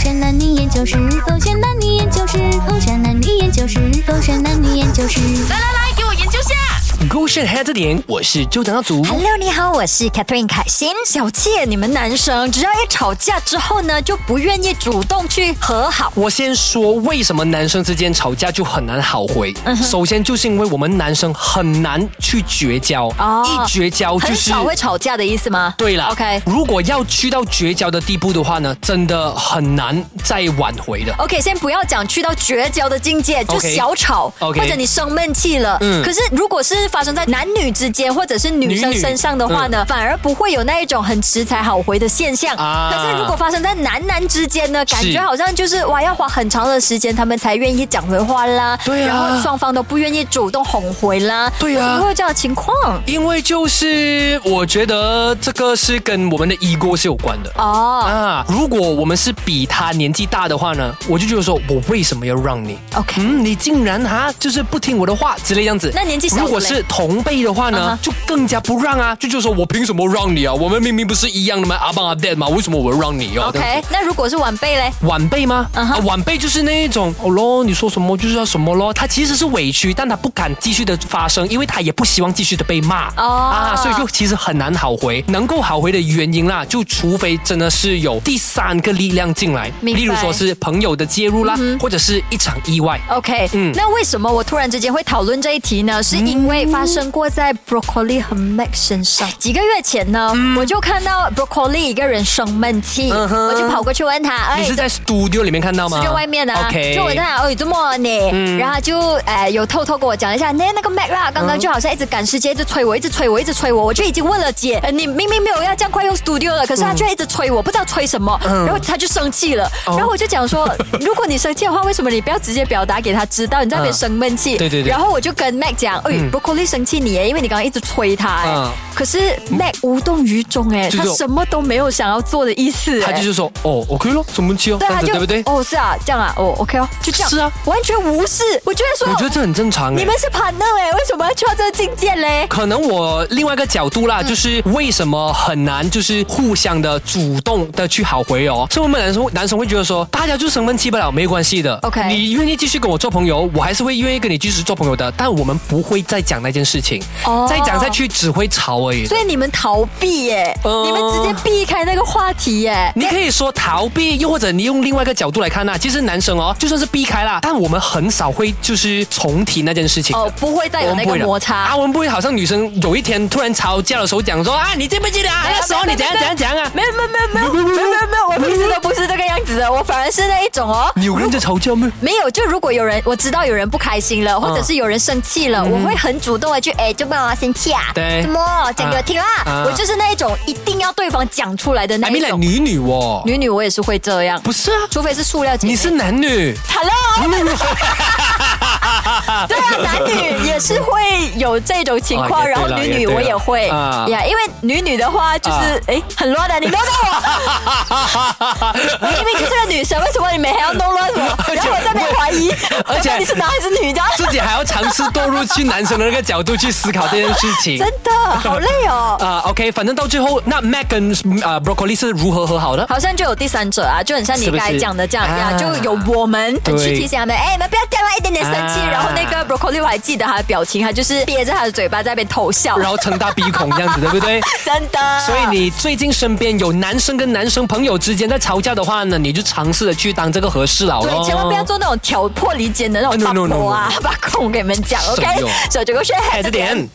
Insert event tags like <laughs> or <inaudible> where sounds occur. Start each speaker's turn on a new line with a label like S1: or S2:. S1: 研究室，狗选男女研究室，狗选男女研究室，狗选男女研究室。
S2: 来来来，给我研究下。
S3: 勾选黑字典，我是
S4: <laughs>
S3: 周长组。
S4: Hello，你好，我是 Catherine 凯欣。小妾，你们男生只要一吵架之后呢，就不愿意主动去和好。
S3: 我先说为什么男生之间吵架就很难好回。
S4: 嗯
S3: 首先就是因为我们男生很难去绝交，
S4: 哦
S3: 一绝交就
S4: 很
S3: 是
S4: 少会吵架的意思吗？
S3: 对了
S4: OK
S3: 如果要去到绝交的地步的话呢，真的很难再挽回的。
S4: OK，先不要讲去到绝交的境界，就
S3: OK
S4: 小吵
S3: OK
S4: 或者你生闷气了。
S3: 嗯
S4: 可是如果是发生在男女之间或者是女生
S3: 女女嗯
S4: 身上的话呢，反而不会有那一种很迟才好回的现象。
S3: 啊
S4: 可是如果发生在男男之间呢，感
S3: 是
S4: 觉好像就是哇，要花很长的时间他们才愿意讲回话啦。
S3: 对啊
S4: 然后双方都不愿意主动哄回啦。
S3: 对啊
S4: 为什么会有这样的情况？
S3: 因为就是我觉得这个是跟我们的 ego 是有关的。
S4: 哦、
S3: 啊，如果我们是比他年纪大的话呢，我就觉得说，我为什么要让你？
S4: o k
S3: 嗯，你竟然哈，就是不听我的话之类这样子。
S4: 那年纪小的
S3: 如果是同辈的话呢
S4: 嗯哼
S3: 就更加不让啊，就就说我凭什么让你啊？我们明明不是一样的吗？阿爸阿 dad 嘛，为什么我要让你哦、这样
S4: OK，
S3: 子
S4: 那如果是晚辈嘞？
S3: 晚辈吗？
S4: 嗯哼
S3: 啊晚辈就是那一种哦咯，你说什么就是要什么咯。他其实是委屈，但他不敢继续的发生，因为他也不希望继续的被骂、
S4: 哦
S3: 啊，所以就其实很难好回。能够好回的原因啦，就除非真的是有第三个力量进来，
S4: 明白嗯
S3: 例如说是朋友的介入啦，或者是一场意外。
S4: OK，、
S3: 嗯
S4: 那为什么我突然之间会讨论这一题呢？是因为发生过在
S3: 嗯
S4: Broccoli 和 Mac 身上。几个月前呢，我就看到 Broccoli 一个人生闷气，
S3: 嗯哼
S4: 我就跑过去问他，哎，
S3: 你是在 studio 里面看到吗？
S4: 就外面啊
S3: OK，
S4: 就我在那哦，这么你，然后他就哎有偷偷跟我讲一下，那那个 Mac 啦，刚刚就好像一直赶时间，一直催我，一直催我，一直催我，我就已经问了姐，呃你明明没有要这样快用 studio 了，可是他却一直催我，不知道催什么，然后他就生气了，然后我就讲说，如果你生气的话，为什么你不要直接表达给他知道你在那边生闷气？
S3: 嗯对对对
S4: 然后我就跟 Mac 讲，哎，Broccoli 生气你耶，因为你刚刚一直催他
S3: 嗯
S4: 耶，可是 Mac 无动于衷哎，
S3: 就是
S4: 他什么都没有想要做的意思
S3: 他
S4: 哎。
S3: 就是说哦，OK 咯，什么气哦，
S4: 对，
S3: 这
S4: 他
S3: 样子
S4: 就
S3: 对不对？
S4: 哦，是啊，这样啊，哦，OK 哦，就这样，
S3: 是啊，
S4: 完全无视。我觉得说，
S3: 我觉得这很正常哎。
S4: 你们是 partner 哎，为什么要去到这个境界嘞？
S3: 可能我另外一个角度
S4: 嗯
S3: 啦，就是为什么很难就是互相的主动的去好回哦，所以我们男生男生会觉得说，大家就生闷气不了，没关系的。
S4: OK
S3: 你愿意继续跟我做朋友，我还是会愿意跟你继续做朋友的，但我们不会再讲那件事情，
S4: 哦
S3: 再讲下去只会吵而已。
S4: 所以你们逃避耶，
S3: 呃
S4: 你们直接避开那个话题欸耶。
S3: 你可以说逃避，又或者你用另外一个角度来看呐、其实男生哦，就算是避开啦，但我们很少会就是重提那件事情的。
S4: 哦，不会再有那
S3: 我们不
S4: 个
S3: 会的
S4: 摩
S3: 啊，
S4: 擦。
S3: 我们不会好像女生有一天突然吵架的时候讲说啊，你记不记得啊？
S4: 没有 <laughs>
S3: 那时候
S4: 没
S3: 你怎
S4: 有
S3: 样
S4: 没
S3: 怎
S4: 有
S3: 样怎样啊？
S4: 没有没有没有没有没有没有没有，我平时都不是这个样子的，我反而是那一种哦。
S3: 你有跟人家吵架吗？
S4: 没有，就如果有人我知道有人不开
S3: 嗯
S4: 心了，或者是有人生气了，我会很主动的去，哎，就不要生气啊，
S3: 对
S4: 怎么讲给我听
S3: 啊
S4: 啦？我就是那一种一定要对方讲出来的那
S3: I
S4: 一
S3: mean like
S4: 种。
S3: 女女哦，
S4: 女女我也是会这样，
S3: 不是啊，
S4: 除非是塑料姐妹。
S3: 你是男女。
S4: Hello，对啊，男女也是会有这种情
S3: 啊
S4: 况，
S3: 也对
S4: 然后
S3: 啦
S4: 女
S3: 也
S4: 女
S3: 对
S4: 我
S3: 啦
S4: 也会
S3: 啊
S4: 呀，因为女女的话就是哎很乱的，你弄到
S3: <laughs>
S4: 我，你明明就是个女生，为什么你们还要弄乱我？然后我在那边怀疑，
S3: 而且
S4: 我到底是男还是女的？
S3: 自己还要尝试堕入去男生的那个角度去思考这件事情
S4: 真。的好累哦。
S3: 啊、o k 反正到最后，那 Mac 跟啊 Broccoli 是如何和好的？
S4: 好像就有第三者啊，就很像你
S3: 是不
S4: 刚
S3: 是
S4: 才讲的这样呀，
S3: 啊
S4: 就有我们
S3: 对
S4: 去提醒他们，哎，你们不要这样啦，一点点生气。
S3: 啊
S4: 然后那个 broccoli 我还记得他的表情，他就是憋着他的嘴巴在那边偷
S3: <laughs>
S4: 笑，
S3: 然后睁大鼻孔这样子，对不对？
S4: 真的。
S3: 所以你最近身边有男生跟男生朋友之间在吵架的话呢，你就尝试的去当这个和事佬
S4: 对
S3: 咯。，
S4: 千万不要做那种挑拨离间的那种
S3: No,
S4: 八
S3: no, no,
S4: 婆啊，把控给你们讲
S3: 什
S4: ，OK？
S3: 么
S4: 小九哥学
S3: 哎，
S4: 孩
S3: 这
S4: 子点
S3: 点。